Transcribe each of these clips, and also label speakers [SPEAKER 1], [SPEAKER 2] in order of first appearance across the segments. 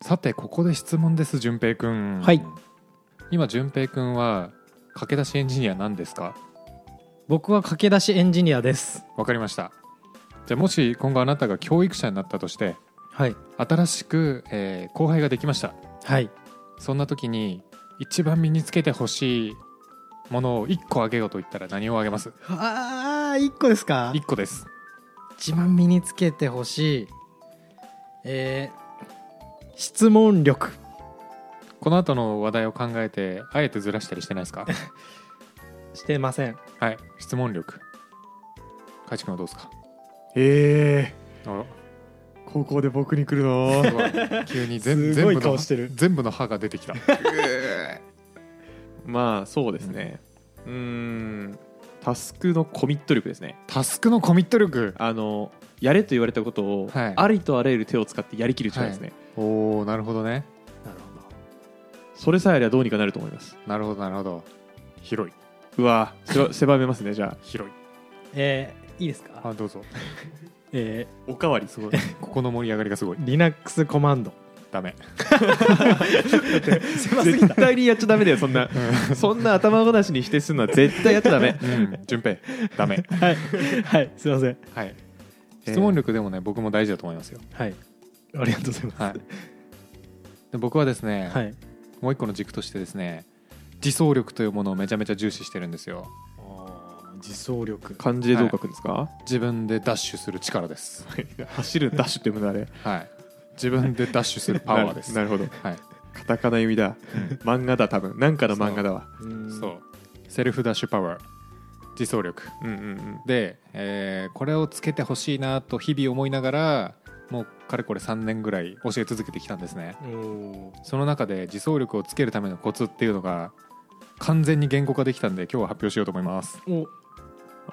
[SPEAKER 1] さてここで質問です淳平くん
[SPEAKER 2] はい
[SPEAKER 1] 今淳平くんは駆け出しエンジニアなんですか
[SPEAKER 2] 僕は駆け出しエンジニアです
[SPEAKER 1] わかりましたじゃあもし今後あなたが教育者になったとして
[SPEAKER 2] はい
[SPEAKER 1] 新しく、えー後輩ができました
[SPEAKER 2] はい
[SPEAKER 1] そんな時に一番身につけてほしいものを1個あげようと言ったら何をあげます
[SPEAKER 2] ああ1個ですか
[SPEAKER 1] ?1 個です
[SPEAKER 2] 一番身につけてほしいえー質問力
[SPEAKER 1] この後の話題を考えてあえてずらしたりしてないですか
[SPEAKER 2] してません
[SPEAKER 1] はい質問力かいちくんはどうですか
[SPEAKER 3] ええ
[SPEAKER 1] あら
[SPEAKER 3] 高校で僕に来るの
[SPEAKER 1] すごい 急に全
[SPEAKER 3] すご
[SPEAKER 1] 全部
[SPEAKER 3] い
[SPEAKER 1] の
[SPEAKER 3] 顔してる
[SPEAKER 1] 全部の歯が出てきた
[SPEAKER 3] まあそうですねうーんタスクのコミット力ですね
[SPEAKER 1] タスクのコミット力
[SPEAKER 3] あのやれと言われたことを、
[SPEAKER 1] はい
[SPEAKER 3] ありとあらゆる手を使ってやりきる力ですね、
[SPEAKER 1] おおなるほどね
[SPEAKER 2] なるほど
[SPEAKER 3] それさえあればどうにかなると思います
[SPEAKER 1] なるほどなるほど広いう
[SPEAKER 3] わ せ狭めますねじゃ
[SPEAKER 1] 広い
[SPEAKER 2] えーいいですか、
[SPEAKER 1] あどうぞ
[SPEAKER 2] え
[SPEAKER 3] あおかわりすごい
[SPEAKER 1] ここの盛り上がりがすごい
[SPEAKER 2] ー、Linux コマンド
[SPEAKER 1] ダメ
[SPEAKER 2] 狭すぎ
[SPEAKER 3] 絶
[SPEAKER 2] た
[SPEAKER 3] 対にやっちゃダメだよそんなそんな頭ごなしに否定するのは絶対やっちゃダメ
[SPEAKER 1] うん順平ダメ
[SPEAKER 2] はいはいすいません
[SPEAKER 1] はい
[SPEAKER 3] えー
[SPEAKER 1] 質問力でもね僕も大事だと思いますよ
[SPEAKER 2] はいありがとうございます
[SPEAKER 1] はいで僕はですね、
[SPEAKER 2] はい
[SPEAKER 1] もう一個の軸としてですね自走力というものをめちゃめちゃ重視してるんですよ
[SPEAKER 2] 自走力
[SPEAKER 3] 漢字でどう書くんですか、
[SPEAKER 1] 自分でダッシュする力です
[SPEAKER 3] 走るダッシュって読むのあれ
[SPEAKER 1] はい自分でダッシュするパワーです
[SPEAKER 3] なるなるほ
[SPEAKER 1] はい
[SPEAKER 3] どカタカナ読みだ漫画だ多分なんかの漫画だわ
[SPEAKER 1] そうセルフダッシュパワー自走力
[SPEAKER 3] うんうんうん
[SPEAKER 1] で、えーこれをつけてほしいなと日々思いながらもうかれこれ3年ぐらい教え続けてきたんですね
[SPEAKER 2] うん
[SPEAKER 1] その中で自走力をつけるためのコツっていうのが完全に言語化できたんで今日は発表しようと思います、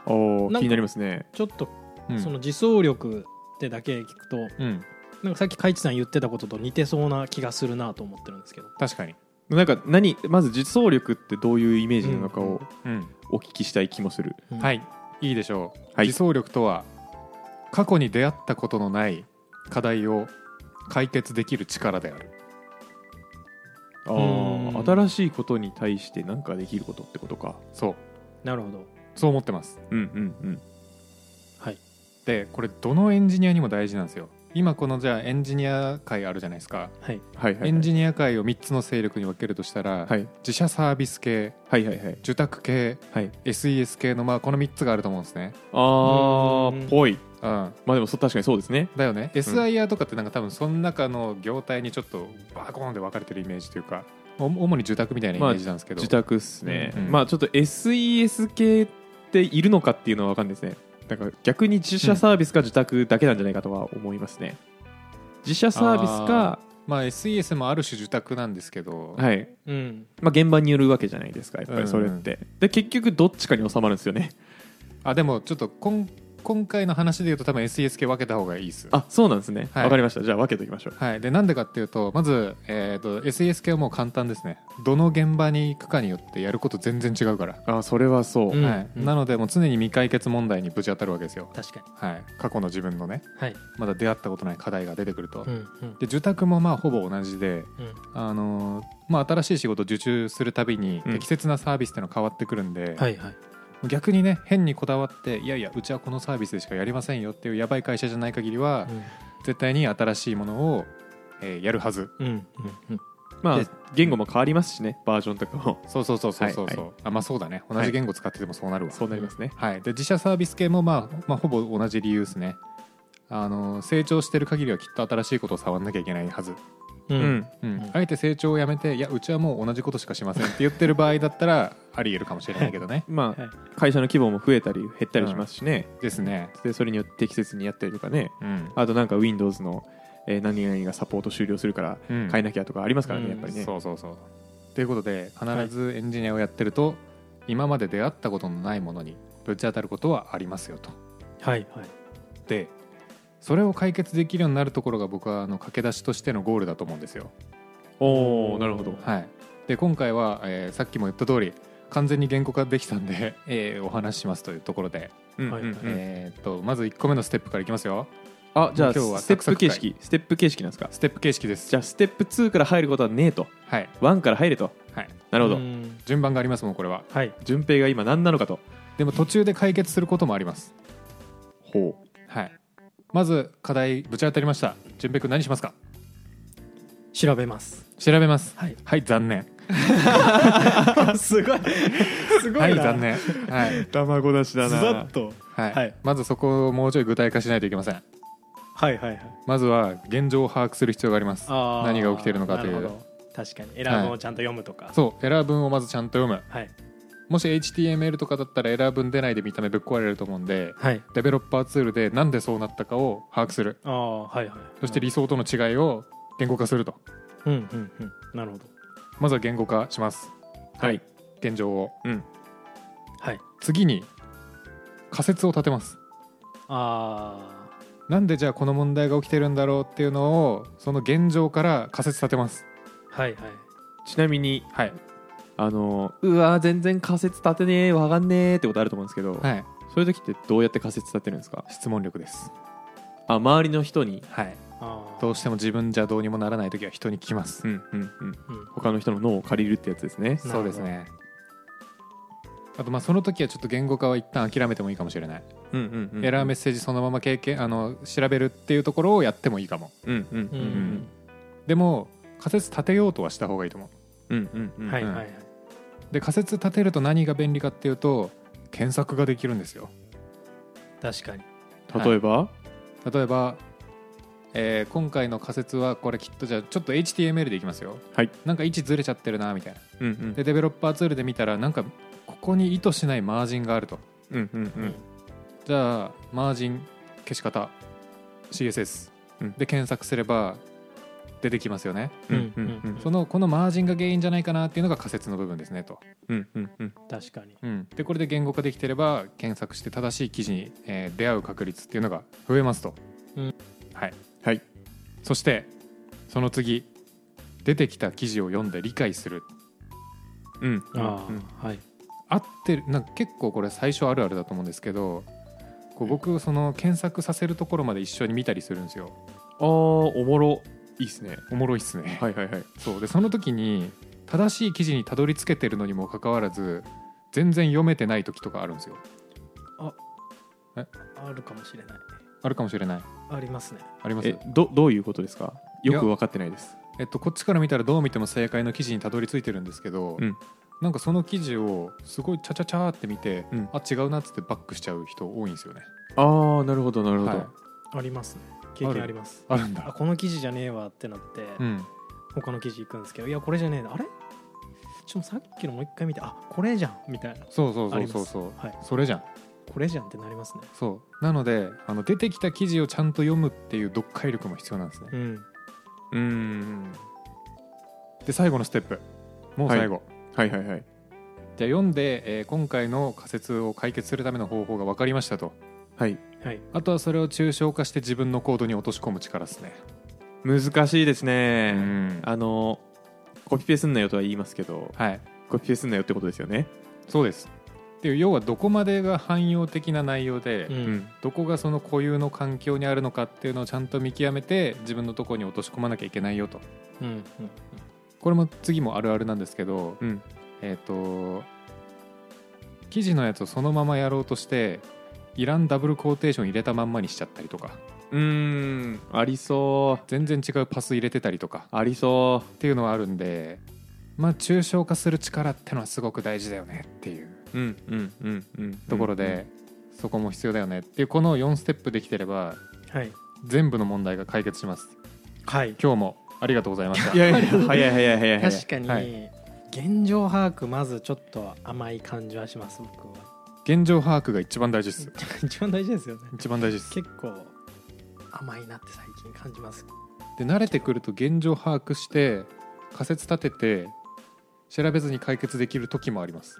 [SPEAKER 2] お
[SPEAKER 3] おお
[SPEAKER 2] なんか
[SPEAKER 3] 気になりますね
[SPEAKER 2] ちょっと
[SPEAKER 1] うん、
[SPEAKER 2] その自走力ってだけ聞くと、
[SPEAKER 1] うん
[SPEAKER 2] なんかさっき海地さん言ってたことと似てそうな気がするなと思ってるんですけど
[SPEAKER 1] 確かに
[SPEAKER 3] なんか何まず実走力ってどういうイメージなのかを
[SPEAKER 1] うん
[SPEAKER 3] お聞きしたい気もする、
[SPEAKER 1] はいいいでしょう、
[SPEAKER 3] はい
[SPEAKER 1] 自走力とは過去に出会ったことのない課題を解決できる力である
[SPEAKER 3] あ
[SPEAKER 2] う
[SPEAKER 3] あ
[SPEAKER 2] ん
[SPEAKER 3] 新しいことに対して何かできることってことか
[SPEAKER 1] そう
[SPEAKER 2] なるほど
[SPEAKER 1] そう思ってます
[SPEAKER 3] うんうんうん
[SPEAKER 2] はい
[SPEAKER 1] でこれどのエンジニアにも大事なんですよ今このじゃあエンジニア界あるじゃないですか、
[SPEAKER 2] はい
[SPEAKER 3] はいはいはい
[SPEAKER 1] エンジニア界を3つの勢力に分けるとしたら、
[SPEAKER 3] はい
[SPEAKER 1] 自社サービス系
[SPEAKER 3] はいはいはい
[SPEAKER 1] 受託系
[SPEAKER 3] はい、
[SPEAKER 1] SES 系のまあこの3つがあると思うんですね、
[SPEAKER 3] あ
[SPEAKER 2] うん
[SPEAKER 3] ーぽい
[SPEAKER 1] うん、
[SPEAKER 3] まあでもそ確かにそうですね
[SPEAKER 1] だよね SIR とかってなんか多分その中の業態にちょっとバコーンで分かれてるイメージというかお主に受託みたいなイメージなんですけど、
[SPEAKER 3] 自宅っすね、
[SPEAKER 1] うん
[SPEAKER 3] まあちょっと SES 系っているのかっていうのは分かんないですねだから逆に自社サービスか自宅だけなんじゃないかとは思いますね、自社サービスか
[SPEAKER 1] まあ SES もある種受託なんですけど、
[SPEAKER 3] はい
[SPEAKER 2] うん
[SPEAKER 3] まあ、現場によるわけじゃないですかやっぱりそれって、で結局どっちかに収まるんですよね
[SPEAKER 1] あでもちょっとこん今回の話で言うと多分 SES 系分けた方がいいです
[SPEAKER 3] あそうなんですね
[SPEAKER 1] は
[SPEAKER 3] わ、
[SPEAKER 1] い
[SPEAKER 3] かりましたじゃあ分けておきましょう
[SPEAKER 1] はい、でなんでかっていうとまず、えー、と SES 系はもう簡単ですねどの現場に行くかによってやること全然違うから、
[SPEAKER 3] あそれはそう、
[SPEAKER 2] うん
[SPEAKER 1] はい、なのでもう常に未解決問題にぶち当たるわけですよ、
[SPEAKER 2] 確かに
[SPEAKER 1] はい、過去の自分のね
[SPEAKER 2] はい
[SPEAKER 1] まだ出会ったことない課題が出てくると、
[SPEAKER 2] うん
[SPEAKER 1] で受託もまあほぼ同じで、
[SPEAKER 2] うん
[SPEAKER 1] あのーまあ、新しい仕事を受注するたびに
[SPEAKER 3] うん
[SPEAKER 1] 適切なサービスっていうのは変わってくるんで、
[SPEAKER 2] はいはい
[SPEAKER 1] 逆にね変にこだわっていやいやうちはこのサービスでしかやりませんよっていうやばい会社じゃない限りは、絶対に新しいものを、えーやるはず
[SPEAKER 2] うんうんうん
[SPEAKER 3] まあ
[SPEAKER 1] で
[SPEAKER 3] 言語も変わりますしねバージョンとかも
[SPEAKER 1] そうそうそうそうそうそう、
[SPEAKER 3] はい
[SPEAKER 1] あまあそうだね同じ言語使っててもそうなるわ、
[SPEAKER 3] そうなりますね
[SPEAKER 1] はいで自社サービス系も、まあ、まあほぼ同じ理由ですねあの成長してる限りはきっと新しいことを触んなきゃいけないはず、
[SPEAKER 2] う
[SPEAKER 3] うん、
[SPEAKER 2] ん
[SPEAKER 1] うん
[SPEAKER 2] うん
[SPEAKER 1] あえて成長をやめていやうちはもう同じことしかしませんって言ってる場合だったらありえるかもしれないけど ね
[SPEAKER 3] まあ、
[SPEAKER 2] はい
[SPEAKER 3] 会社の規模も増えたり減ったりしますしね、
[SPEAKER 1] ですね
[SPEAKER 3] でそれによって適切にやったりとかね
[SPEAKER 1] うん、
[SPEAKER 3] あとなんか Windows の、えー何々がサポート終了するから
[SPEAKER 1] うん
[SPEAKER 3] 変えなきゃとかありますからね、
[SPEAKER 2] うん
[SPEAKER 3] やっぱりね
[SPEAKER 1] そうそうそうということで必ずエンジニアをやってると、今まで出会ったことのないものにぶち当たることはありますよと
[SPEAKER 2] はいはい
[SPEAKER 1] でそれを解決できるようになるところが僕はあの駆け出しとしてのゴールだと思うんですよ。
[SPEAKER 3] おおなるほど
[SPEAKER 1] はい、で今回は、えーさっきも言った通り完全に言語化できたんで、 えーお話ししますというところで、
[SPEAKER 3] うんうん
[SPEAKER 2] は
[SPEAKER 3] う
[SPEAKER 2] い
[SPEAKER 3] ん
[SPEAKER 1] えーっとまず1個目のステップからいきますよ。
[SPEAKER 3] あじゃあ
[SPEAKER 1] 今日は
[SPEAKER 3] ステ
[SPEAKER 1] サ
[SPEAKER 3] ップ
[SPEAKER 1] クサク
[SPEAKER 3] 形
[SPEAKER 1] 回
[SPEAKER 3] 式ステップ形式なんですか
[SPEAKER 1] ステップ形式です
[SPEAKER 3] じゃあステップ2から入ることはねえと
[SPEAKER 1] はい
[SPEAKER 3] 1から入れと
[SPEAKER 1] はい
[SPEAKER 3] なるほど、
[SPEAKER 2] うん
[SPEAKER 1] 順番がありますもんこれは
[SPEAKER 2] はい
[SPEAKER 3] 順平が今何なのかと
[SPEAKER 1] でも途中で解決することもあります
[SPEAKER 3] ほう
[SPEAKER 1] はいまず課題ぶち当たりました順平君何しますか
[SPEAKER 2] 調べます
[SPEAKER 1] 調べます
[SPEAKER 2] はい
[SPEAKER 1] はい残念
[SPEAKER 2] す ごいす
[SPEAKER 1] はい残念はい、
[SPEAKER 3] 卵出しだ
[SPEAKER 2] ズバッと
[SPEAKER 1] はい
[SPEAKER 2] はい
[SPEAKER 1] まずそこをもうちょい具体化しないといけません
[SPEAKER 2] はいはいはい
[SPEAKER 1] まずは現状を把握する必要があります
[SPEAKER 2] あー
[SPEAKER 1] 何が起きているのかとい
[SPEAKER 2] な
[SPEAKER 1] う
[SPEAKER 2] ほど確かにエラー文をちゃんと読むとか
[SPEAKER 1] そうエラー文をまずちゃんと読む
[SPEAKER 2] はい
[SPEAKER 1] もし HTML とかだったらエラー文出ないで見た目ぶっ壊れると思うんで
[SPEAKER 2] はい
[SPEAKER 1] デベロッパーツールでなんでそうなったかを把握する
[SPEAKER 2] ああはいはい
[SPEAKER 1] そして理想との違いを言語化すると
[SPEAKER 2] うんうんうんなるほど
[SPEAKER 1] まずは言語化します
[SPEAKER 3] はい
[SPEAKER 1] 現状を
[SPEAKER 2] はい
[SPEAKER 1] 次に仮説を立てます
[SPEAKER 2] あ
[SPEAKER 1] なんでじゃあこの問題が起きてるんだろうっていうのをその現状から仮説立てます
[SPEAKER 2] あはいはい
[SPEAKER 3] ちなみに
[SPEAKER 1] はい
[SPEAKER 3] あのうわー全然仮説立てねえわかんねえってことあると思うんですけど、
[SPEAKER 1] はい
[SPEAKER 3] そういう時ってどうやって仮説立てるんですか
[SPEAKER 1] 質問力です
[SPEAKER 3] あ周りの人に
[SPEAKER 1] はい
[SPEAKER 2] ああ
[SPEAKER 1] どうしても自分じゃどうにもならない時は人に聞きます
[SPEAKER 3] うんうん
[SPEAKER 2] う
[SPEAKER 3] うん
[SPEAKER 2] ん
[SPEAKER 3] 他の人の脳を借りるってやつですね
[SPEAKER 2] ほど
[SPEAKER 1] そうですねあとまあその時はちょっと言語化は一旦諦めてもいいかもしれない、
[SPEAKER 3] うんうんうん
[SPEAKER 1] エラーメッセージそのまま経験あの調べるっていうところをやってもいいかも
[SPEAKER 3] うんうんうん
[SPEAKER 1] でも仮説立てようとはした方がいいと思う
[SPEAKER 3] うんうんうん
[SPEAKER 2] はいはいはい
[SPEAKER 1] で仮説立てると何が便利かっていうと検索ができるんですよ
[SPEAKER 2] 確かに
[SPEAKER 3] 例えば、
[SPEAKER 1] 例えば、えー今回の仮説はこれきっとじゃあちょっと HTML でいきますよ、
[SPEAKER 3] はい
[SPEAKER 1] なんか位置ずれちゃってるなみたいな
[SPEAKER 3] うんうん
[SPEAKER 1] でデベロッパーツールで見たらなんかここに意図しないマージンがあると
[SPEAKER 3] うんうんうん
[SPEAKER 1] じゃあマージン消し方 CSS
[SPEAKER 3] うん
[SPEAKER 1] で検索すれば出てきますよね、
[SPEAKER 3] うんうんうん
[SPEAKER 1] そのこのマージンが原因じゃないかなっていうのが仮説の部分ですねと、
[SPEAKER 3] うんうんうん
[SPEAKER 2] 確かに
[SPEAKER 1] でこれで言語化できてれば検索して正しい記事に、えー出会う確率っていうのが増えますと、
[SPEAKER 2] うん
[SPEAKER 1] はい
[SPEAKER 3] はい
[SPEAKER 1] そしてその次出てきた記事を読んで理解する
[SPEAKER 3] うん
[SPEAKER 2] あ
[SPEAKER 3] うん
[SPEAKER 2] あはい
[SPEAKER 1] 合ってるなんか結構これ最初あるあるだと思うんですけどこう僕その検索させるところまで一緒に見たりするんですよ
[SPEAKER 3] あーおもろいいっすね
[SPEAKER 1] おもろいっすね、
[SPEAKER 3] はいはいはい
[SPEAKER 1] そうでその時に正しい記事にたどり着けてるのにもかかわらず全然読めてない時とかあるんですよ
[SPEAKER 2] あるかもしれない
[SPEAKER 1] あるかもしれない
[SPEAKER 2] ありますね
[SPEAKER 1] あります
[SPEAKER 3] えどどういうことですか
[SPEAKER 1] いや
[SPEAKER 3] よく分かってないです
[SPEAKER 1] えっと、こっちから見たらどう見ても正解の記事にたどり着いてるんですけど、
[SPEAKER 3] うん
[SPEAKER 1] なんかその記事をすごいチャチャチャーって見て、
[SPEAKER 3] うん
[SPEAKER 1] あ違うなっつってバックしちゃう人多いんですよね
[SPEAKER 3] ああなるほどなるほど、
[SPEAKER 1] はい
[SPEAKER 2] ありますね経験あります
[SPEAKER 1] あるん
[SPEAKER 2] あ
[SPEAKER 1] だ
[SPEAKER 2] この記事じゃねえわってなって
[SPEAKER 1] うん
[SPEAKER 2] 他の記事行くんですけどいやこれじゃねえなあれちょっとさっきのもう一回見てあこれじゃんみたいな
[SPEAKER 1] そうそう
[SPEAKER 2] あ
[SPEAKER 1] そ
[SPEAKER 2] り
[SPEAKER 1] う
[SPEAKER 2] ます
[SPEAKER 1] そうそう、
[SPEAKER 2] はい
[SPEAKER 1] それじゃん
[SPEAKER 2] これじゃんってなりますね
[SPEAKER 1] そうなのであの出てきた記事をちゃんと読むっていう読解力も必要なんですね、
[SPEAKER 2] うん
[SPEAKER 3] うーん
[SPEAKER 1] で最後のステップもう最後、
[SPEAKER 3] はいはい
[SPEAKER 1] じ
[SPEAKER 3] はい
[SPEAKER 1] ゃあ読んで、えー今回の仮説を解決するための方法が分かりましたと
[SPEAKER 3] はい
[SPEAKER 2] はい
[SPEAKER 1] あとはそれを抽象化して自分の行動に落とし込む力ですね、
[SPEAKER 3] 難しいです
[SPEAKER 1] う
[SPEAKER 3] ね、
[SPEAKER 1] ん
[SPEAKER 3] あのコピペすんなよとは言いますけど
[SPEAKER 1] はい
[SPEAKER 3] コピペすんなよってことですよね
[SPEAKER 1] そうですで要はどこまでが汎用的な内容で、
[SPEAKER 2] う
[SPEAKER 3] うん
[SPEAKER 1] どこがその固有の環境にあるのかっていうのをちゃんと見極めて自分のところに落とし込まなきゃいけないよと
[SPEAKER 2] うん
[SPEAKER 1] これも次もあるあるなんですけど、
[SPEAKER 3] うん
[SPEAKER 1] えっ、と記事のやつをそのままやろうとしていらんダブルコーテーション入れたまんまにしちゃったりとか
[SPEAKER 3] うーんありそう
[SPEAKER 1] 全然違うパス入れてたりとか
[SPEAKER 3] ありそ
[SPEAKER 1] っていうのはあるんでまあ抽象化する力ってのはすごく大事だよねっていう
[SPEAKER 3] ううんうんうんうん
[SPEAKER 1] ところで、そこも必要だよねっていうこの4ステップできてれば
[SPEAKER 2] はい
[SPEAKER 1] 全部の問題が解決します
[SPEAKER 2] はい
[SPEAKER 1] 今日もありがとうございました
[SPEAKER 3] いやいや早い早い早い早い
[SPEAKER 2] 確か
[SPEAKER 1] は
[SPEAKER 2] に現状把握まずちょっと甘い感じはします僕は
[SPEAKER 1] 現状把握が一番大事です
[SPEAKER 2] 一番大事ですよね
[SPEAKER 1] 一番大事です
[SPEAKER 2] 結構甘いなって最近感じます
[SPEAKER 1] で慣れてくると現状把握して仮説立てて調べずに解決できる時もあります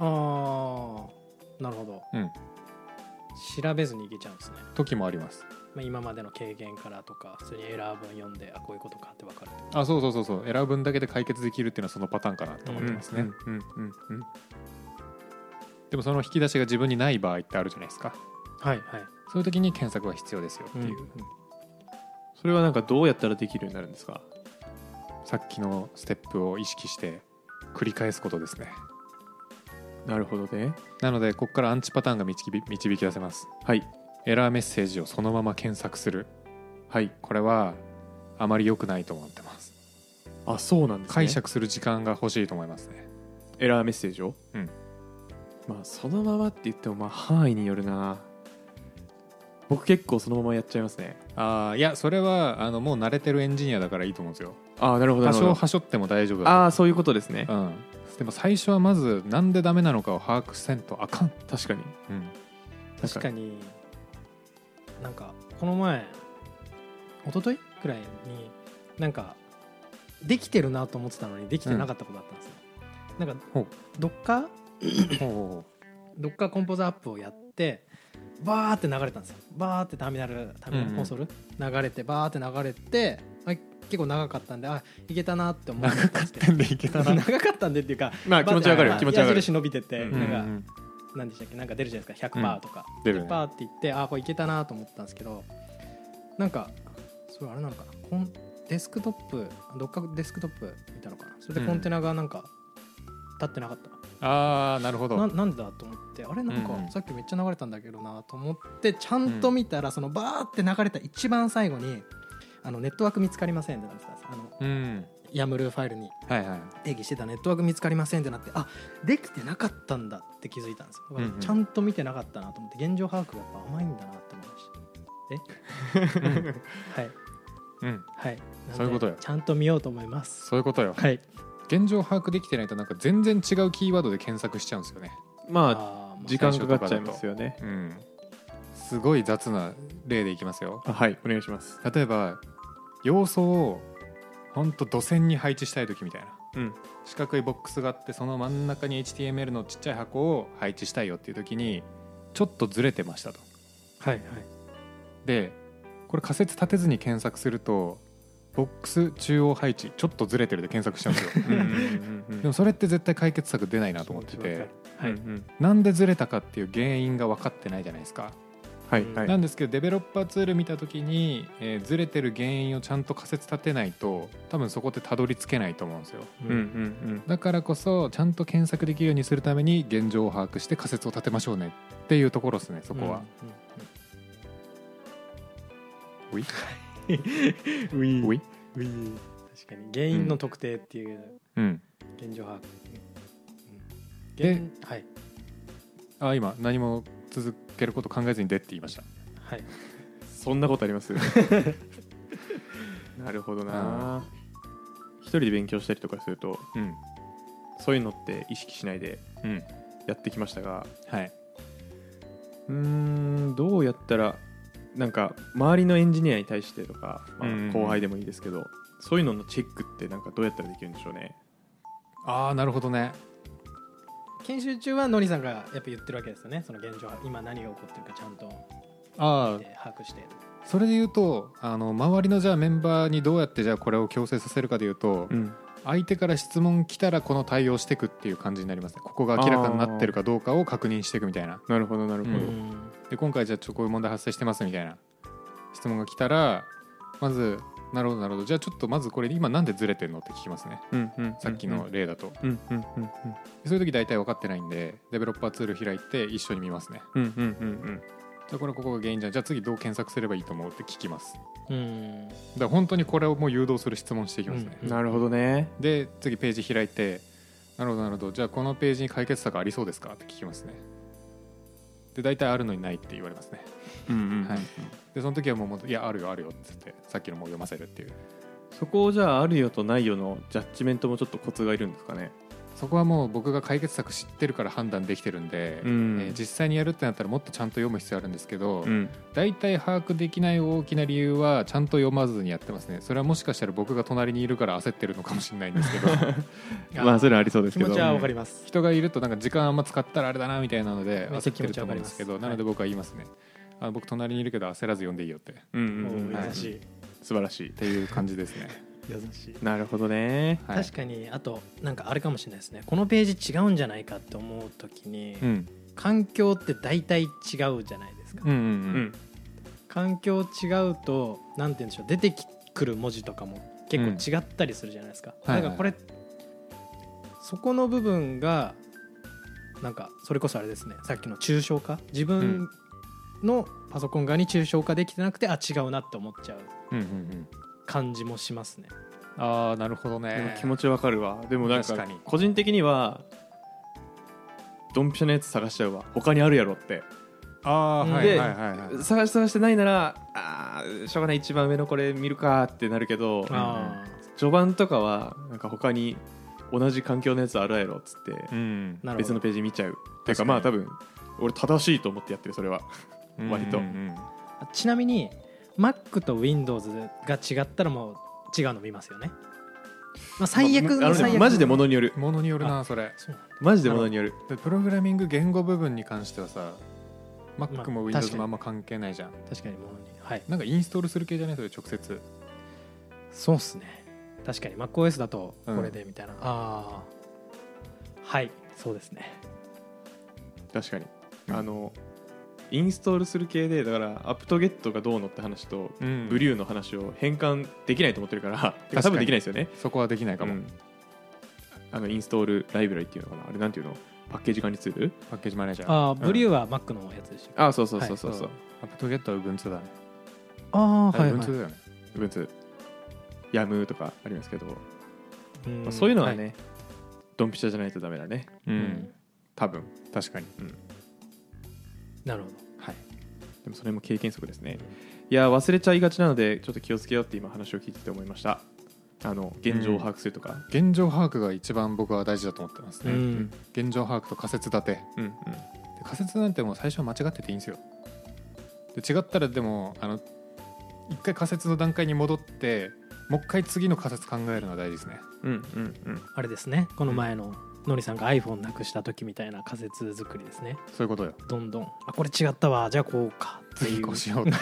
[SPEAKER 2] あーなるほど
[SPEAKER 1] うん
[SPEAKER 2] 調べずにいけちゃうんですね、
[SPEAKER 1] 時もあります
[SPEAKER 2] まあ、今までの経験からとか普通にエラー文読んであこういうことかって分かる
[SPEAKER 1] あそうそうそうそう選ぶんだけで解決できるっていうのはそのパターンかなと思ってますね、
[SPEAKER 3] うんうんうん
[SPEAKER 1] でもその引き出しが自分にない場合ってあるじゃないですか
[SPEAKER 2] はいはい
[SPEAKER 1] そういう時に検索は必要ですよっていう、
[SPEAKER 2] うん
[SPEAKER 3] それはなんかどうやったらできるようになるんですか
[SPEAKER 1] さっきのステップを意識して繰り返すことですね
[SPEAKER 3] なるほどね
[SPEAKER 1] なのでここからアンチパターンが導き導き出せます
[SPEAKER 3] はい
[SPEAKER 1] エラーメッセージをそのまま検索する
[SPEAKER 3] はい
[SPEAKER 1] これはあまり良くないと思ってます
[SPEAKER 3] あそうなんですね
[SPEAKER 1] 解釈する時間が欲しいと思いますね
[SPEAKER 3] エラーメッセージを
[SPEAKER 1] うん
[SPEAKER 3] まあそのままって言ってもまあ範囲によるな僕結構そのままやっちゃいますね
[SPEAKER 1] ああいやそれはあのもう慣れてるエンジニアだからいいと思うんですよ
[SPEAKER 3] ああなるほど
[SPEAKER 1] 多
[SPEAKER 3] なるほ
[SPEAKER 1] 少
[SPEAKER 3] ど
[SPEAKER 1] はしょっても大丈夫だ
[SPEAKER 3] ああそういうことですね
[SPEAKER 1] うんでも最初はまずなんでダメなのかを把握せんとあかん、
[SPEAKER 3] 確かに
[SPEAKER 1] うん、
[SPEAKER 2] 確かになんかこの前一昨日くらいになんかできてるなと思ってたのにできてなかったことだったんですよ、なんか
[SPEAKER 1] ほう
[SPEAKER 2] どっか
[SPEAKER 1] ほ
[SPEAKER 2] どっかコンポーザーアップをやってバーって流れたんですよバーってターミナルターミナ
[SPEAKER 1] うんう
[SPEAKER 2] ル
[SPEAKER 1] ん
[SPEAKER 2] コンソール、流れてバーって流れてあ結構長かったんであいけたなって思
[SPEAKER 1] う
[SPEAKER 2] って
[SPEAKER 1] 長かったんでいけた
[SPEAKER 2] 長
[SPEAKER 1] な
[SPEAKER 2] かったんでっていうか
[SPEAKER 3] まあ気持ちわかる
[SPEAKER 2] バー
[SPEAKER 3] よ
[SPEAKER 2] って
[SPEAKER 3] 気持ちわか
[SPEAKER 2] 矢
[SPEAKER 3] る
[SPEAKER 2] 印伸びてって、
[SPEAKER 3] うん
[SPEAKER 1] う
[SPEAKER 2] なんん
[SPEAKER 1] う
[SPEAKER 2] か
[SPEAKER 1] ん
[SPEAKER 2] 何でしたっけなんか出るじゃないですか
[SPEAKER 1] うん
[SPEAKER 2] 100%とか、
[SPEAKER 1] 出るね
[SPEAKER 2] 100%って言ってあーこれいけたなと思ったんですけどなんかそれあれなのかなコンデスクトップどっかデスクトップ見たのかなそれでコンテナがなんか立ってなかった、
[SPEAKER 1] ああなるほど
[SPEAKER 2] ななんでだと思ってあれなん
[SPEAKER 1] うんうん
[SPEAKER 2] かさっきめっちゃ流れたんだけどなと思ってちゃんと見たらそのバーって流れた一番最後にあのネットワーク見つかりませんってなってたんですあの
[SPEAKER 1] うん
[SPEAKER 2] ヤムルファイルに
[SPEAKER 1] はいはい
[SPEAKER 2] 定義してたネットワーク見つかりませんってなってあできてなかったんだって気づいたんですよだから
[SPEAKER 1] うんうん
[SPEAKER 2] ちゃんと見てなかったなと思って現状把握がやっぱ甘いんだなって思いま したはい
[SPEAKER 1] うん
[SPEAKER 2] はいなんで
[SPEAKER 1] そういうことよ
[SPEAKER 2] ちゃんと見ようと思います
[SPEAKER 1] そういうことよ
[SPEAKER 2] はい
[SPEAKER 1] 現状把握できてないとなんか全然違うキーワードで検索しちゃうんですよね
[SPEAKER 3] まあ
[SPEAKER 2] あーまあ
[SPEAKER 3] 時間かかっちゃいますよね
[SPEAKER 1] うんすごい雑な例でいきますよ
[SPEAKER 3] あはいお願いします
[SPEAKER 1] 例えば要素をほんと土線に配置したい時みたいな
[SPEAKER 3] うん
[SPEAKER 1] 四角いボックスがあってその真ん中に HTML のちっちゃい箱を配置したいよっていう時にちょっとずれてましたと
[SPEAKER 2] はいはい
[SPEAKER 1] でこれ仮説立てずに検索するとボックス中央配置ちょっとずれてるで検索しちゃうんですよ
[SPEAKER 3] うんうんうんうん
[SPEAKER 1] でもそれって絶対解決策出ないなと思って
[SPEAKER 2] 気持ちわ
[SPEAKER 1] て
[SPEAKER 2] か
[SPEAKER 3] はいうん
[SPEAKER 1] なんでずれたかっていう原因が分かってないじゃないですか
[SPEAKER 3] はい
[SPEAKER 2] うん
[SPEAKER 3] はい
[SPEAKER 1] なんですけどデベロッパーツール見た時に、えーずれてる原因をちゃんと仮説立てないと多分そこってたどり着けないと思うんですよ
[SPEAKER 3] う
[SPEAKER 2] る
[SPEAKER 3] んうんうん
[SPEAKER 1] だからこそちゃんと検索できるようにするために現状を把握して仮説を立てましょうねっていうところですねそこは、
[SPEAKER 2] うんうん
[SPEAKER 1] うい
[SPEAKER 2] ウィー
[SPEAKER 1] うい
[SPEAKER 2] ウィー確かに原因の特定っていう
[SPEAKER 1] うん
[SPEAKER 2] 現状把握、
[SPEAKER 1] で
[SPEAKER 2] うん現はい
[SPEAKER 1] あ今何も続けること考えずにでって言いました
[SPEAKER 2] はい
[SPEAKER 3] そんなことあります なるほどな一人で勉強したりとかすると
[SPEAKER 1] うん
[SPEAKER 3] そういうのって意識しないで
[SPEAKER 1] うん
[SPEAKER 3] やってきましたが
[SPEAKER 1] はい、
[SPEAKER 3] うーんどうやったらなんか周りのエンジニアに対してとか、ま
[SPEAKER 1] うんうんうん
[SPEAKER 3] あ、後輩でもいいですけど、そういうののチェックってなんかどうやったらできるんでしょうね
[SPEAKER 1] ああなるほどね
[SPEAKER 2] 研修中はのりさんがやっぱ言ってるわけですよねその現状今何が起こってるかちゃんと
[SPEAKER 1] ああ
[SPEAKER 2] えー把握して
[SPEAKER 1] それで言うとあの周りのじゃあメンバーにどうやってじゃあこれを強制させるかでいうと、
[SPEAKER 3] うん
[SPEAKER 1] 相手から質問来たらこの対応していくっていう感じになりますねここが明らかになってるかどうかを確認していくみたいな
[SPEAKER 3] なるほどなるほど、
[SPEAKER 1] うで今回じゃあちょっとこういう問題発生してますみたいな質問が来たらまずなるほどなるほどじゃあちょっとまずこれ今なんでずれてるのって聞きますね
[SPEAKER 3] うんうん
[SPEAKER 1] さっきの例だと、
[SPEAKER 3] うんうんうん
[SPEAKER 1] そういう時大体分かってないんでデベロッパーツール開いて一緒に見ますね
[SPEAKER 3] うんうんうんうん
[SPEAKER 1] じゃあこれここが原因じゃんじゃあ次どう検索すればいいと思うって聞きますだか
[SPEAKER 2] うん
[SPEAKER 1] ら本当にこれをもう誘導する質問していきますね、
[SPEAKER 3] うんなるほどね
[SPEAKER 1] で次ページ開いてなるほどなるほどじゃあこのページに解決策ありそうですかって聞きますねで大体あるのにないって言われますね
[SPEAKER 3] うんうん
[SPEAKER 1] はいでその時はもうもういやあるよあるよって言ってさっきのもう読ませるっていう
[SPEAKER 3] そこをじゃああるよとないよのジャッジメントもちょっとコツがいるんですかね
[SPEAKER 1] そこはもう僕が解決策知ってるから判断できてるんで、
[SPEAKER 3] うん
[SPEAKER 1] えー実際にやるってなったらもっとちゃんと読む必要あるんですけど、
[SPEAKER 3] ん
[SPEAKER 1] 大体把握できない大きな理由はちゃんと読まずにやってますねそれはもしかしたら僕が隣にいるから焦ってるのかもしれないんですけ ど
[SPEAKER 3] まあそれはありそうです
[SPEAKER 2] 気
[SPEAKER 3] けど
[SPEAKER 2] 持ちはわかります、
[SPEAKER 1] 人がいるとなんか時間あんま使ったらあれだなみたいなので
[SPEAKER 2] めっ
[SPEAKER 1] 焦
[SPEAKER 2] ち
[SPEAKER 1] っ
[SPEAKER 2] ゃ
[SPEAKER 1] てると思うんですけど
[SPEAKER 2] 気持ちわかります
[SPEAKER 1] なので僕は言いますね、あ僕隣にいるけど焦らず読んでいいよってっ
[SPEAKER 3] うん
[SPEAKER 2] う
[SPEAKER 3] うんう
[SPEAKER 2] ん
[SPEAKER 3] んはい
[SPEAKER 2] 優しい
[SPEAKER 3] 素晴らしい
[SPEAKER 1] ていう感じですね、
[SPEAKER 2] 優しい
[SPEAKER 3] なるほどね
[SPEAKER 1] はい、
[SPEAKER 2] 確かにあとなんかあれかもしれないですねこのページ違うんじゃないかって思う時に、
[SPEAKER 1] うん
[SPEAKER 2] 環境って大体違うじゃないですですか、
[SPEAKER 1] うんうん
[SPEAKER 3] う
[SPEAKER 1] うん
[SPEAKER 3] ん
[SPEAKER 2] 環境違うとなんて言うんでしょう出てくる文字とかも結構違ったりするじゃないですか、
[SPEAKER 1] うんはいはい
[SPEAKER 2] だからこれ、そこの部分がなんかそれこそあれですねさっきの抽象化自分のパソコン側に抽象化できてなくて、あ違うなって思っちゃう
[SPEAKER 1] うんうんうん
[SPEAKER 2] 感じもしますね
[SPEAKER 1] ああなるほど
[SPEAKER 3] でも
[SPEAKER 1] ね
[SPEAKER 3] 気持ちわかるわでもなん
[SPEAKER 1] 確か
[SPEAKER 3] か
[SPEAKER 1] に
[SPEAKER 3] 個人的にはドンピシャのやつ探しちゃうわ他にあるやろって
[SPEAKER 1] ああーはい
[SPEAKER 3] で
[SPEAKER 1] はいはいはい
[SPEAKER 3] 探し探してないならあーしょうがない一番上のこれ見るかってなるけど
[SPEAKER 2] あ
[SPEAKER 3] 序盤とかはなんか他に同じ環境のやつあるやろっつって
[SPEAKER 1] うん
[SPEAKER 2] なるほど
[SPEAKER 3] 別のページ見ちゃうて
[SPEAKER 1] 確か
[SPEAKER 3] か
[SPEAKER 1] に
[SPEAKER 3] まあ多分俺正しいと思ってやってるそれは割と
[SPEAKER 1] うんうんうん
[SPEAKER 2] あちなみに Mac と Windows が違ったらもう違うの見ますよね、まあ、最悪
[SPEAKER 3] まあ
[SPEAKER 2] の
[SPEAKER 3] あの
[SPEAKER 2] 最
[SPEAKER 3] ね
[SPEAKER 2] 悪
[SPEAKER 3] マジで物による
[SPEAKER 1] ものによるなそれ
[SPEAKER 2] そうなんだ
[SPEAKER 3] マジで物による
[SPEAKER 1] でプログラミング言語部分に関してはさ Mac も
[SPEAKER 2] まあ確
[SPEAKER 1] Windows
[SPEAKER 2] かに
[SPEAKER 1] もあんま関係ないじゃん
[SPEAKER 2] 確かに物にはい
[SPEAKER 1] なんかインストールする系じゃないそれ直接
[SPEAKER 2] そうっすね確かに MacOS だと
[SPEAKER 1] うん
[SPEAKER 2] これでみたいな、ああはいそうですね
[SPEAKER 3] 確かに
[SPEAKER 1] うん
[SPEAKER 3] あのインストールする系でだからアップトゲットがどうのって話と
[SPEAKER 1] うん
[SPEAKER 3] ブリューの話を変換できないと思ってるからてか
[SPEAKER 1] 確か
[SPEAKER 3] 多
[SPEAKER 1] に
[SPEAKER 3] 分できないですよね
[SPEAKER 1] そこはできないかも、
[SPEAKER 3] うんあのインストールライブラリっていうのかなあれなんていうのパッケージ化にツール
[SPEAKER 1] パッケージマネージャー
[SPEAKER 2] ああ
[SPEAKER 3] ん
[SPEAKER 2] ブリューは Mac のやつでしたっけ
[SPEAKER 3] あそうそうそうそうそう、
[SPEAKER 1] アップトゲットは Ubuntu だね
[SPEAKER 2] ああ
[SPEAKER 1] あれ Ubuntu だよね
[SPEAKER 3] Ubuntu ヤムとかありますけど、
[SPEAKER 2] うん
[SPEAKER 3] まあ、そういうのはね、
[SPEAKER 2] い
[SPEAKER 3] ドンピシャじゃないとダメだね
[SPEAKER 1] うん、
[SPEAKER 2] ん
[SPEAKER 3] 多分
[SPEAKER 1] 確かに
[SPEAKER 2] なるほど
[SPEAKER 1] はい
[SPEAKER 3] でもそれも経験則ですねいや忘れちゃいがちなのでちょっと気をつけようって今話を聞いてて思いましたあの現状を把握するとか、
[SPEAKER 1] 現状把握が一番僕は大事だと思ってますね、
[SPEAKER 2] うん
[SPEAKER 1] 現状把握と仮説立てで
[SPEAKER 3] うんうん
[SPEAKER 1] 仮説なんてもう最初は間違ってていいんですよで違ったらでもあの一回仮説の段階に戻ってもう一回次の仮説考えるのは大事ですね
[SPEAKER 3] うんうんうん
[SPEAKER 2] あれですねこの前ののりさんが iPhone なくした時みたいな仮説作りですね
[SPEAKER 1] そういうことよ
[SPEAKER 2] どんどんあこれ違ったわじゃあこうかってい
[SPEAKER 1] 次
[SPEAKER 2] う
[SPEAKER 1] こうしようと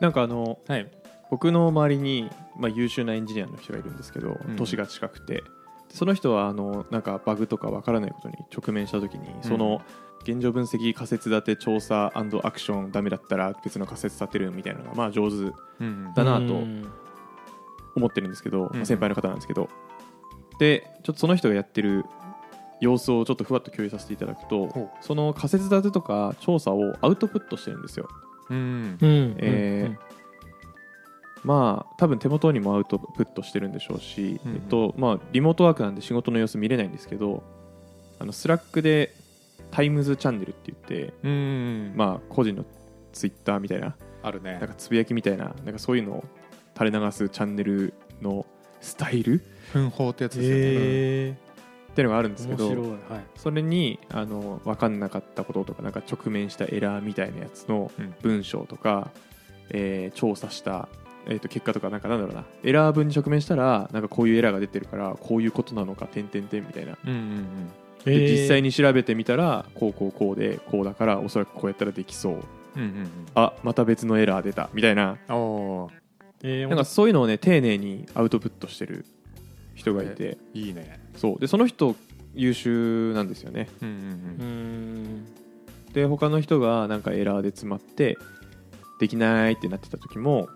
[SPEAKER 3] なんかあの
[SPEAKER 1] はい
[SPEAKER 3] 僕の周りに、まあ、優秀なエンジニアの人がいるんですけど
[SPEAKER 1] うん
[SPEAKER 3] 年が近くて、その人はあのなんかバグとかわからないことに直面した時にその現状分析仮説立て調査アクションダメだったら別の仮説立てるみたいなのがまあ上手
[SPEAKER 1] うん
[SPEAKER 3] だなと
[SPEAKER 2] うん
[SPEAKER 3] 思ってるんですけど、まあ
[SPEAKER 1] うん
[SPEAKER 3] 先輩の方なんですけどでちょっとその人がやってる様子をちょっとふわっと共有させていただく
[SPEAKER 1] ほ
[SPEAKER 3] と
[SPEAKER 1] う
[SPEAKER 3] その仮説立てとか調査をアウトプットしてるんですよ
[SPEAKER 1] うん
[SPEAKER 2] うん
[SPEAKER 3] えー
[SPEAKER 2] うん
[SPEAKER 3] まあ多分手元にもアウトプットしてるんでしょうし、
[SPEAKER 1] うんうん
[SPEAKER 3] えっとまあ、リモートワークなんで仕事の様子見れないんですけどあのスラックでタイムズチャンネルって言って、
[SPEAKER 1] うんま
[SPEAKER 3] まあ、個人のツイッターみたいな
[SPEAKER 1] ああるね
[SPEAKER 3] なんかつぶやきみたいななんかそういうのを垂れ流すチャンネルのスタイルっ
[SPEAKER 1] 奮法ってやつですよね、
[SPEAKER 2] え
[SPEAKER 3] ていうのがあるんですけ
[SPEAKER 2] ー面
[SPEAKER 3] ど
[SPEAKER 2] 白いはい
[SPEAKER 3] それにあの分かんなかったこととかなんか直面したエラーみたいなやつの
[SPEAKER 1] うん
[SPEAKER 3] 文章とか、えー調査した、えー、と結果とかなんかなんだろうなエラー文に直面したらなんかこういうエラーが出てるからこういうことなのか点点点みたいな
[SPEAKER 1] うんうん
[SPEAKER 3] で実際
[SPEAKER 2] に
[SPEAKER 3] に調べてみたらこうこうこうでこうだからおそらくこうやったらできそう
[SPEAKER 1] うんうんうん
[SPEAKER 3] あまた別のエラー出たみたいな
[SPEAKER 1] うんおー
[SPEAKER 2] えー
[SPEAKER 3] なんかそういうのをね丁寧にアウトプットしてる人がいて
[SPEAKER 1] いいね
[SPEAKER 3] そうでその人優秀なんですよね
[SPEAKER 1] うん
[SPEAKER 2] うーん
[SPEAKER 3] で他の人がなんかエラーで詰まってできないってなってた時も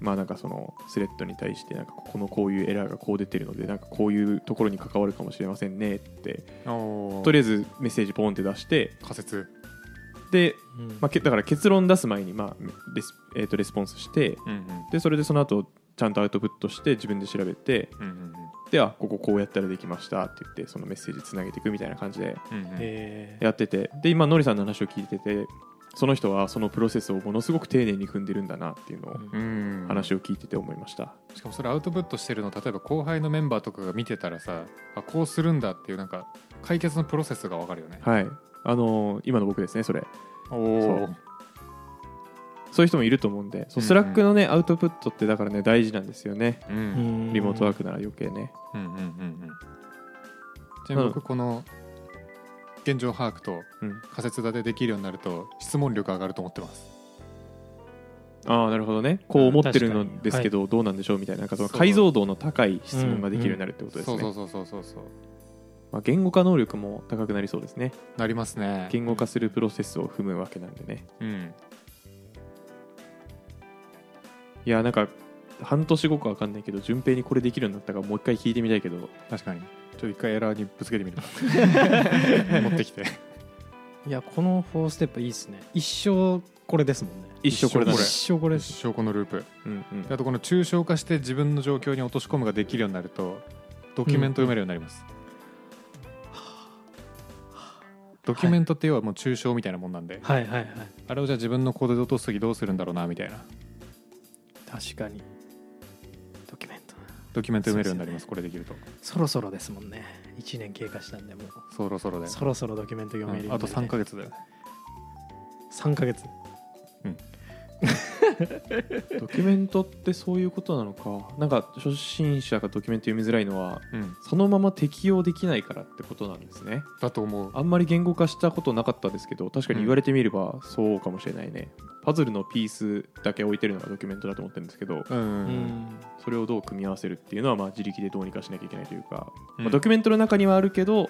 [SPEAKER 3] まあなんかそのスレッドに対してなんかここのこういうエラーがこう出てるのでなんかこういうところに関わるかもしれませんねって
[SPEAKER 1] うんうんおー
[SPEAKER 3] とりあえずメッセージポンって出して
[SPEAKER 1] 仮説
[SPEAKER 3] で、
[SPEAKER 2] うん
[SPEAKER 3] まあ、けだから結論出す前に、まあレスえー、とレスポンスして
[SPEAKER 1] うんうん
[SPEAKER 3] でそれでその後ちゃんとアウトプットして自分で調べて
[SPEAKER 1] うん
[SPEAKER 3] であこここうやったらできましたって言ってそのメッセージつなげていくみたいな感じで
[SPEAKER 1] うんうん
[SPEAKER 2] えー
[SPEAKER 3] やっててで今ノリさんの話を聞いててその人はそのプロセスをものすごく丁寧に組んでるんだなっていうのを
[SPEAKER 2] うん
[SPEAKER 1] うん
[SPEAKER 3] 話を聞いてて思いました、
[SPEAKER 1] しかもそれアウトプットしてるの例えば後輩のメンバーとかが見てたらさあこうするんだっていうなんか解決のプロセスがわかるよね
[SPEAKER 3] はいあのー今の僕ですねそれ
[SPEAKER 1] お
[SPEAKER 3] そ
[SPEAKER 1] お
[SPEAKER 3] うそういう人もいると思うんでそ
[SPEAKER 1] うん
[SPEAKER 3] うスラックのね、アウトプットってだからね大事なんですよね
[SPEAKER 1] うんうん
[SPEAKER 2] うん
[SPEAKER 3] リモートワークなら余計ね、
[SPEAKER 1] うんうんうんちなみに僕この現状把握と
[SPEAKER 3] うん、
[SPEAKER 1] 仮説立てできるようになると質問力上がると思ってます
[SPEAKER 3] ああなるほどねこう思ってる
[SPEAKER 2] うん確か
[SPEAKER 3] の
[SPEAKER 2] に
[SPEAKER 3] ですけど、どうなんでしょうみたいななんかその
[SPEAKER 1] そう
[SPEAKER 3] 解像度の高い質問ができるようになるってことですね、
[SPEAKER 1] そうそうそうそうそうそう
[SPEAKER 3] まあ、言語化能力も高くなりそうですね
[SPEAKER 1] なりますね
[SPEAKER 3] 言語化するプロセスを踏むわけなんでね
[SPEAKER 1] うん
[SPEAKER 3] いやなんか半年後かわかんないけど順平にこれできるようになったからもう一回聞いてみたいけど
[SPEAKER 1] 確かにちょっと一回エラーにぶつけてみる 持って きて
[SPEAKER 2] いやこの4ステップいいですね一生これですもんね
[SPEAKER 3] 一生これだね
[SPEAKER 1] 一
[SPEAKER 2] 一生これです
[SPEAKER 1] 証拠のループ
[SPEAKER 3] うんうん
[SPEAKER 1] であとこの抽象化して自分の状況に落とし込むができるようになるとドキュメントを読めるようになります、ドキュメントって要はもう抽象みたいなもんなんで、
[SPEAKER 2] はいはいはい
[SPEAKER 1] あれをじゃあ自分の行動で落とす時どうするんだろうなみたいな
[SPEAKER 2] 確かにドキュメントな
[SPEAKER 1] ドキュメント読めるようになりますこれできると
[SPEAKER 2] そろそろですもんね1年経過したんでもう
[SPEAKER 1] そろそろで、
[SPEAKER 2] そろそろドキュメント読め
[SPEAKER 1] う
[SPEAKER 2] るよ
[SPEAKER 1] ん
[SPEAKER 2] う
[SPEAKER 1] あ
[SPEAKER 2] にな
[SPEAKER 1] と
[SPEAKER 2] り
[SPEAKER 1] 3か月だよね
[SPEAKER 2] 3ヶ月
[SPEAKER 3] ドキュメントってそういうことなのかなんか初心者がドキュメント読みづらいのは
[SPEAKER 1] うん
[SPEAKER 3] そのまま適用できないからってことなんですね
[SPEAKER 1] だと思う
[SPEAKER 3] あんまり言語化したことなかったですけど確かに言われてみればそうかもしれないね、パズルのピースだけ置いてるのがドキュメントだと思ってるんですけど
[SPEAKER 1] うん、
[SPEAKER 2] う
[SPEAKER 1] うん
[SPEAKER 3] それをどう組み合わせるっていうのはまあ自力でどうにかしなきゃいけないというか、
[SPEAKER 1] うん
[SPEAKER 3] まあドキュメントの中にはあるけど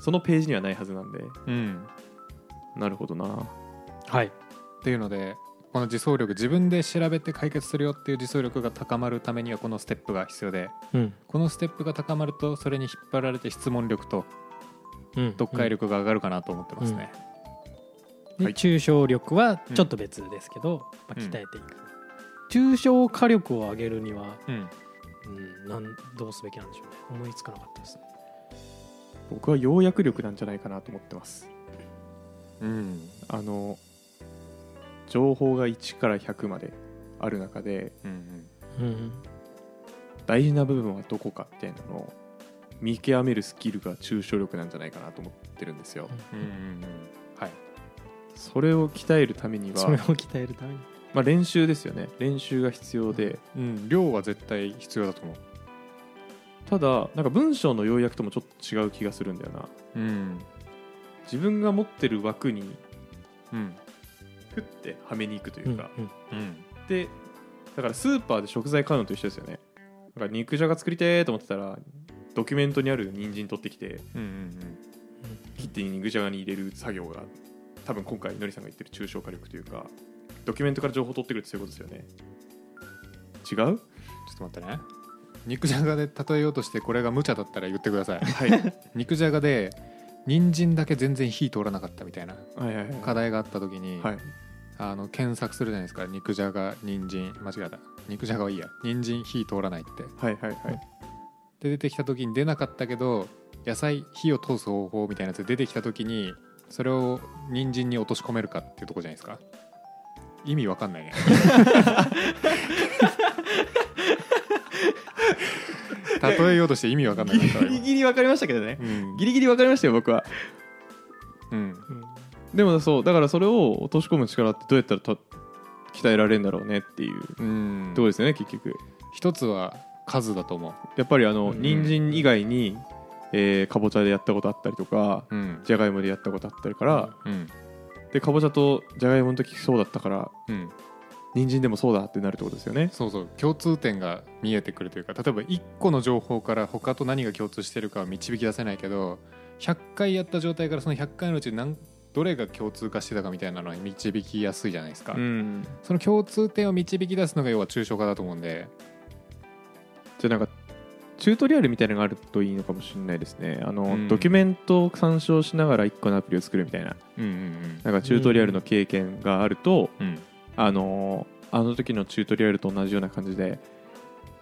[SPEAKER 3] そのページにはないはずなんで
[SPEAKER 1] うん、
[SPEAKER 3] なるほどな
[SPEAKER 2] はい
[SPEAKER 1] っていうのでこの自走力自分で調べて解決するよっていう自走力が高まるためにはこのステップが必要で
[SPEAKER 2] うん
[SPEAKER 1] このステップが高まるとそれに引っ張られて質問力と
[SPEAKER 2] うん
[SPEAKER 1] 読解力が上がるかなと思ってますね、
[SPEAKER 2] で
[SPEAKER 3] はい
[SPEAKER 2] 抽象力はちょっと別ですけど、ま
[SPEAKER 1] う
[SPEAKER 2] あ、
[SPEAKER 1] ん
[SPEAKER 2] 鍛えていく、抽象化力を上げるには、
[SPEAKER 1] うん
[SPEAKER 2] うん、なんどうすべきなんでしょうね思いつかなかったですね
[SPEAKER 3] 僕は要約力なんじゃないかなと思ってます
[SPEAKER 1] うん
[SPEAKER 3] あの情報が1から100まである中で
[SPEAKER 1] うん
[SPEAKER 2] うん
[SPEAKER 3] 大事な部分はどこかっていうのを見極めるスキルが抽象力なんじゃないかなと思ってるんですよ
[SPEAKER 1] うんうんうんはい
[SPEAKER 3] それを鍛えるために
[SPEAKER 2] それを
[SPEAKER 3] は、
[SPEAKER 2] 鍛えるために
[SPEAKER 3] まあ、練習ですよね練習が必要で
[SPEAKER 1] うん、量は絶対必要だと思う、
[SPEAKER 3] ただなんか文章の要約ともちょっと違う気がするんだよな
[SPEAKER 1] うん
[SPEAKER 3] 自分が持ってる枠に
[SPEAKER 1] うん
[SPEAKER 3] ふってはめに行くというか、
[SPEAKER 2] うん
[SPEAKER 1] うん、
[SPEAKER 3] でだからスーパーで食材買うのと一緒ですよねだから肉じゃが作りてーと思ってたらドキュメントにある人参取ってきて
[SPEAKER 1] うんうん
[SPEAKER 3] 切って肉じゃがに入れる作業が多分今回のりさんが言ってる抽象化力というかドキュメントから情報取ってくるってそういうことですよね違う
[SPEAKER 1] ちょっと待ってね肉じゃがで例えようとしてこれが無茶だったら言ってください
[SPEAKER 3] はいはい
[SPEAKER 1] 肉じゃがで人参だけ全然火通らなかったみたいな
[SPEAKER 3] はいはい
[SPEAKER 1] 課題があった時に、
[SPEAKER 3] はい
[SPEAKER 1] あの検索するじゃないですか肉じゃが人参間違えた肉じゃがはいいや人参火通らないって
[SPEAKER 3] はいはいはい
[SPEAKER 1] で出てきた時に出なかったけど野菜火を通す方法みたいなやつで出てきた時にそれを人参に落とし込めるかっていうとこじゃないですか意味わかん ないね例えようとして意味わかんないなったわ今
[SPEAKER 3] ギリ分かりましたけどね
[SPEAKER 1] うん
[SPEAKER 3] ギリギリ分かりましたよ僕は
[SPEAKER 1] うん
[SPEAKER 2] うん
[SPEAKER 3] でもそうだからそれを落とし込む力ってどうやったらと鍛えられるんだろうねっていうと
[SPEAKER 1] うん
[SPEAKER 3] ころですよね結局
[SPEAKER 1] 一つは数だと思
[SPEAKER 3] やっぱりあの、
[SPEAKER 2] うん
[SPEAKER 3] 人参以外に、えーかぼちゃでやったことあったりとか
[SPEAKER 1] ううん
[SPEAKER 3] じゃがいもでやったことあったりから、
[SPEAKER 1] うん
[SPEAKER 3] でかぼちゃとじゃがいもの時そうだったから
[SPEAKER 1] うん
[SPEAKER 3] 人参でもそうだってなるってことですよね
[SPEAKER 1] そうそう共通点が見えてくるというか例えば1個の情報から他と何が共通してるかは導き出せないけど100回やった状態からその100回のうち何どれが共通化してたかみたいなのに導きやすいじゃないですか、
[SPEAKER 3] うん
[SPEAKER 1] その共通点を導き出すのが要は抽象化だと思うんで
[SPEAKER 3] じゃあなんかチュートリアルみたいなのがあるといいのかもしれないですねあの、
[SPEAKER 1] うん
[SPEAKER 3] ドキュメントを参照しながら1個のアプリを作るみたいな
[SPEAKER 1] うん
[SPEAKER 3] なんかチュートリアルの経験があると、
[SPEAKER 1] うんうんうん
[SPEAKER 3] あのーあの時のチュートリアルと同じような感じで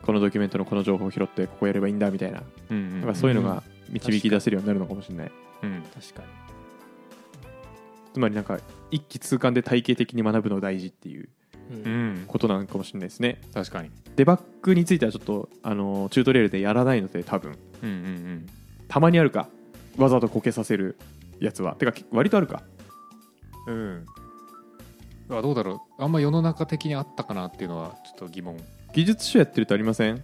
[SPEAKER 3] このドキュメントのこの情報を拾ってここやればいいんだみたいな
[SPEAKER 1] うんうん
[SPEAKER 3] なんかそういうのが導き出せるようになるのかもしれない、
[SPEAKER 1] うん
[SPEAKER 2] 確かに
[SPEAKER 3] つまりなんか一気通貫で体系的に学ぶの大事っていう
[SPEAKER 2] うん
[SPEAKER 1] うん
[SPEAKER 3] ことなのかもしれないですね
[SPEAKER 1] 確かに
[SPEAKER 3] デバッグについてはちょっとあのチュートリアルでやらないので多分
[SPEAKER 1] うんうん
[SPEAKER 3] たまにあるかわざとこけさせるやつはてかけ割とあるか
[SPEAKER 1] うんうんあどうだろうあんま世の中的にあったかなっていうのはちょっと疑問
[SPEAKER 3] 技術書やってるとありません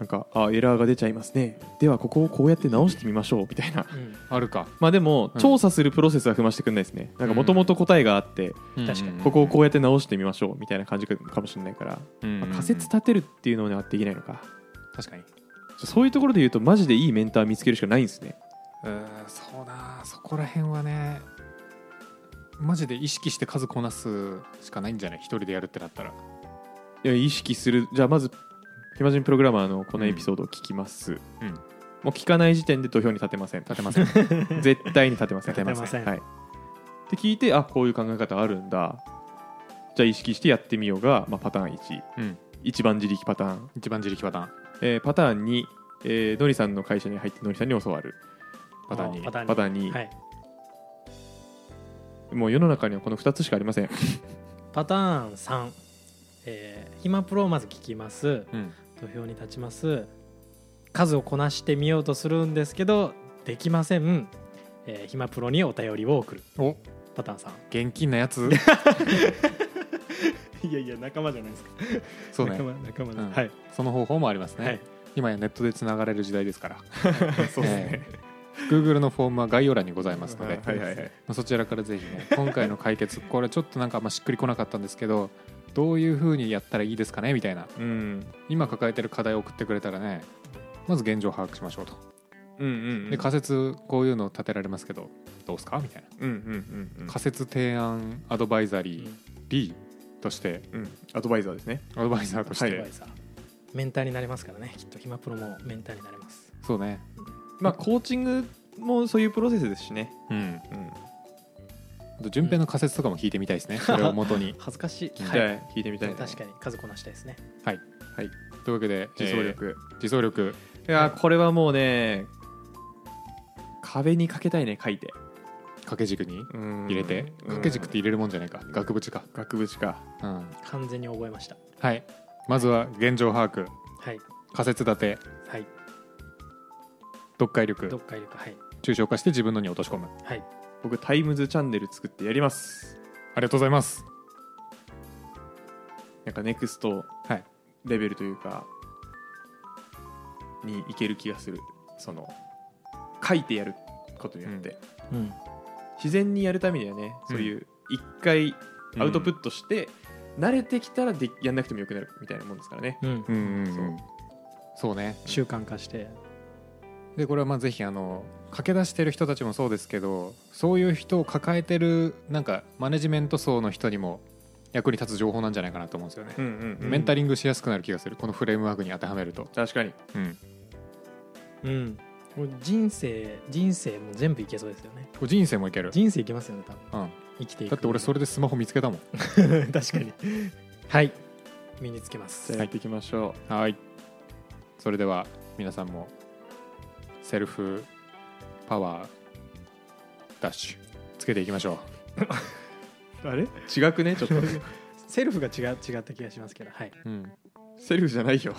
[SPEAKER 3] なんかあエラーが出ちゃいますねではここをこうやって直してみましょうみたいな
[SPEAKER 2] うん
[SPEAKER 1] あるか
[SPEAKER 3] まあでも、
[SPEAKER 1] うん
[SPEAKER 3] 調査するプロセスは踏ましてくんないですねなんかもともと答えがあって、
[SPEAKER 2] 確かに
[SPEAKER 3] ここをこう
[SPEAKER 1] う
[SPEAKER 3] やって直してみましょうみたいな感じかかもしれないから、
[SPEAKER 1] んうんうん
[SPEAKER 3] まあ仮説立てるっていうのにはできないのか
[SPEAKER 1] 確かに
[SPEAKER 3] そういうところで言うとマジでいいメンター見つけるしかないんですね
[SPEAKER 1] うーんそうなそこら辺はねマジで意識して数こなすしかないんじゃない一人でやるってなったら
[SPEAKER 3] いや意識するじゃあまず暇人プログラマーのこのエピソードを聞きます、
[SPEAKER 1] うん
[SPEAKER 3] もう聞かない時点で投票に立てません
[SPEAKER 1] 立てま せん
[SPEAKER 3] 絶対に立てません
[SPEAKER 2] 立てません
[SPEAKER 3] はい、って聞いてあこういう考え方あるんだじゃあ意識してやってみようが、まあ、パターン1
[SPEAKER 1] うん
[SPEAKER 3] 一番自力パターン、
[SPEAKER 1] 一番自力パターン
[SPEAKER 3] えーパターン2、えーのりさんの会社に入ってのりさんに教わる
[SPEAKER 1] パターンに
[SPEAKER 2] パターンに
[SPEAKER 3] パターン2、
[SPEAKER 2] はい、
[SPEAKER 3] もう世の中にはこの2つしかありません
[SPEAKER 2] パターン3、えー、暇プロをまず聞きます
[SPEAKER 1] うん
[SPEAKER 2] 土俵に立ちます数をこなしてみようとするんですけどできません、えー、暇プロにお便りを送る
[SPEAKER 1] お
[SPEAKER 2] パターン3
[SPEAKER 1] 現金なや つ
[SPEAKER 2] いやいや仲間じゃないですか
[SPEAKER 1] そうね
[SPEAKER 2] 間仲間
[SPEAKER 1] ではいその方法もありますね、
[SPEAKER 2] はい
[SPEAKER 1] 今やネットでつながれる時代ですから
[SPEAKER 3] そうですね、
[SPEAKER 1] えー Google のフォームは概要欄にございますので、
[SPEAKER 3] はいはいはい
[SPEAKER 1] まあそちらからぜひね今回の解決これちょっとなんかあんましっくりこなかったんですけどどういうふうにやったらいいですかねみたいな
[SPEAKER 3] うん
[SPEAKER 1] 今抱えてる課題を送ってくれたらねまず現状を把握しましょうと、
[SPEAKER 3] うんうんうん
[SPEAKER 1] で仮説こういうの立てられますけどどうすかみたいな、
[SPEAKER 3] うんうんうんうん
[SPEAKER 1] 仮説提案アドバイザリー B として
[SPEAKER 3] うんアドバイザーですね
[SPEAKER 1] アドバイザーとして、
[SPEAKER 3] はい
[SPEAKER 2] アドバイザーメンターになれますからねきっと暇プロもメンターになれます
[SPEAKER 1] そうね
[SPEAKER 3] まあコーチングもそういうプロセスですしね、
[SPEAKER 1] うん
[SPEAKER 3] うん、
[SPEAKER 1] あと順平の仮説とかも聞いてみたいですね、それを元 に
[SPEAKER 2] 恥ずかしい、
[SPEAKER 3] じゃあ聞いてみたい、ね、
[SPEAKER 2] 確かに数こなしたいですね
[SPEAKER 1] というわけで
[SPEAKER 3] 自走力、
[SPEAKER 1] えー自走力
[SPEAKER 3] いやーこれはもうね壁にかけたいね書いて
[SPEAKER 1] 掛け軸に
[SPEAKER 3] 入
[SPEAKER 1] 入れて掛け軸って入れるもんじゃないか額縁か、
[SPEAKER 3] 額縁か
[SPEAKER 1] うん、
[SPEAKER 2] 完全に覚えました
[SPEAKER 1] はいまずは現状把握
[SPEAKER 2] はい
[SPEAKER 1] 仮説立て
[SPEAKER 2] はい
[SPEAKER 1] 読解
[SPEAKER 2] どっ
[SPEAKER 1] 力
[SPEAKER 2] かいるかはい
[SPEAKER 1] 抽象化して自分のに落とし込む
[SPEAKER 2] はい
[SPEAKER 3] 僕タイムズチャンネル作ってやります
[SPEAKER 1] ありがとうございます
[SPEAKER 3] なんかネクスト
[SPEAKER 1] はい
[SPEAKER 3] レベルというかにいける気がするその書いてやることによって、
[SPEAKER 2] うん
[SPEAKER 3] 自然にやるためにはねそういう一回アウトプットして、慣れてきたらでやんなくてもよくなるみたいなもんですからね
[SPEAKER 2] うん
[SPEAKER 1] うんうんうん、
[SPEAKER 3] そう
[SPEAKER 1] そうね
[SPEAKER 2] 習慣化して
[SPEAKER 1] でこれはまあぜひあの駆け出してる人たちもそうですけどそういう人を抱えてるなんかマネジメント層の人にも役に立つ情報なんじゃないかなと思うんですよね、
[SPEAKER 3] うんうんうん
[SPEAKER 1] メンタリングしやすくなる気がするこのフレームワークに当てはめると、
[SPEAKER 3] 確かに
[SPEAKER 1] うん、
[SPEAKER 2] うんもう人生人生も全部いけそうですよね
[SPEAKER 1] これ人生もいける、
[SPEAKER 2] 人生いけますよね多分
[SPEAKER 1] うん、
[SPEAKER 2] 生きていく
[SPEAKER 1] だって俺それでスマホ見つけたもん
[SPEAKER 2] 確かにはい身につけま
[SPEAKER 3] じゃ
[SPEAKER 2] す
[SPEAKER 3] あやっていきましょ
[SPEAKER 1] はいそれでは皆さんもセルフパワーダッシュつけていきましょう
[SPEAKER 3] う、あれ違く ねちょっと
[SPEAKER 2] セルフが違う違った気がしますけどはい
[SPEAKER 1] うん、
[SPEAKER 3] セルフじゃないよ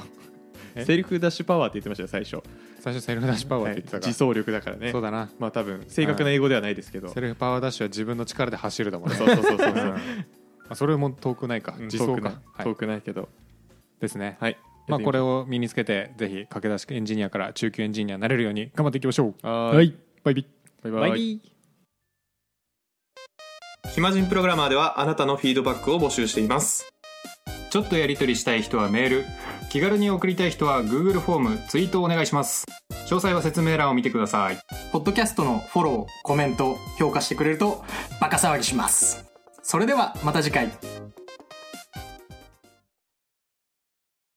[SPEAKER 1] え
[SPEAKER 3] セルフダッシュパワーって言ってましたよ最初、
[SPEAKER 1] 最初セルフダッシュパワー
[SPEAKER 3] は
[SPEAKER 1] っ
[SPEAKER 3] い
[SPEAKER 1] て言ってたか
[SPEAKER 3] 自走力だから
[SPEAKER 1] ら、
[SPEAKER 3] ね
[SPEAKER 1] そうだな
[SPEAKER 3] まあ多分正確な英語ではないですけど、
[SPEAKER 1] セルフパワーダッシュは自分の力で走るだもんね
[SPEAKER 3] そうそ うそうそうそう
[SPEAKER 1] うんあそれも遠くないか
[SPEAKER 3] うん
[SPEAKER 1] 自
[SPEAKER 3] 遠
[SPEAKER 1] 走
[SPEAKER 3] くない
[SPEAKER 1] か、はい
[SPEAKER 3] 遠くないけど
[SPEAKER 1] ですね、
[SPEAKER 3] はい
[SPEAKER 1] まあ、これ
[SPEAKER 3] を
[SPEAKER 1] を身につけてぜひ駆け出しエンジニアから中級エンジニアになれるように頑張っていきましょう
[SPEAKER 3] はい
[SPEAKER 1] バイビー
[SPEAKER 3] バイ
[SPEAKER 2] バ
[SPEAKER 3] バ
[SPEAKER 2] イ
[SPEAKER 3] イ
[SPEAKER 2] ビー
[SPEAKER 3] 暇人プログラマーではあなたのフィードバックを募集しています
[SPEAKER 1] ちょっとやり取りしたい人はメール気軽に送りたい人は Google フォームツイートお願いします詳細は説明欄を見てください
[SPEAKER 4] ポッドキャストのフォロー、コメント、評価してくれるとバカ騒ぎします。それではまた次回。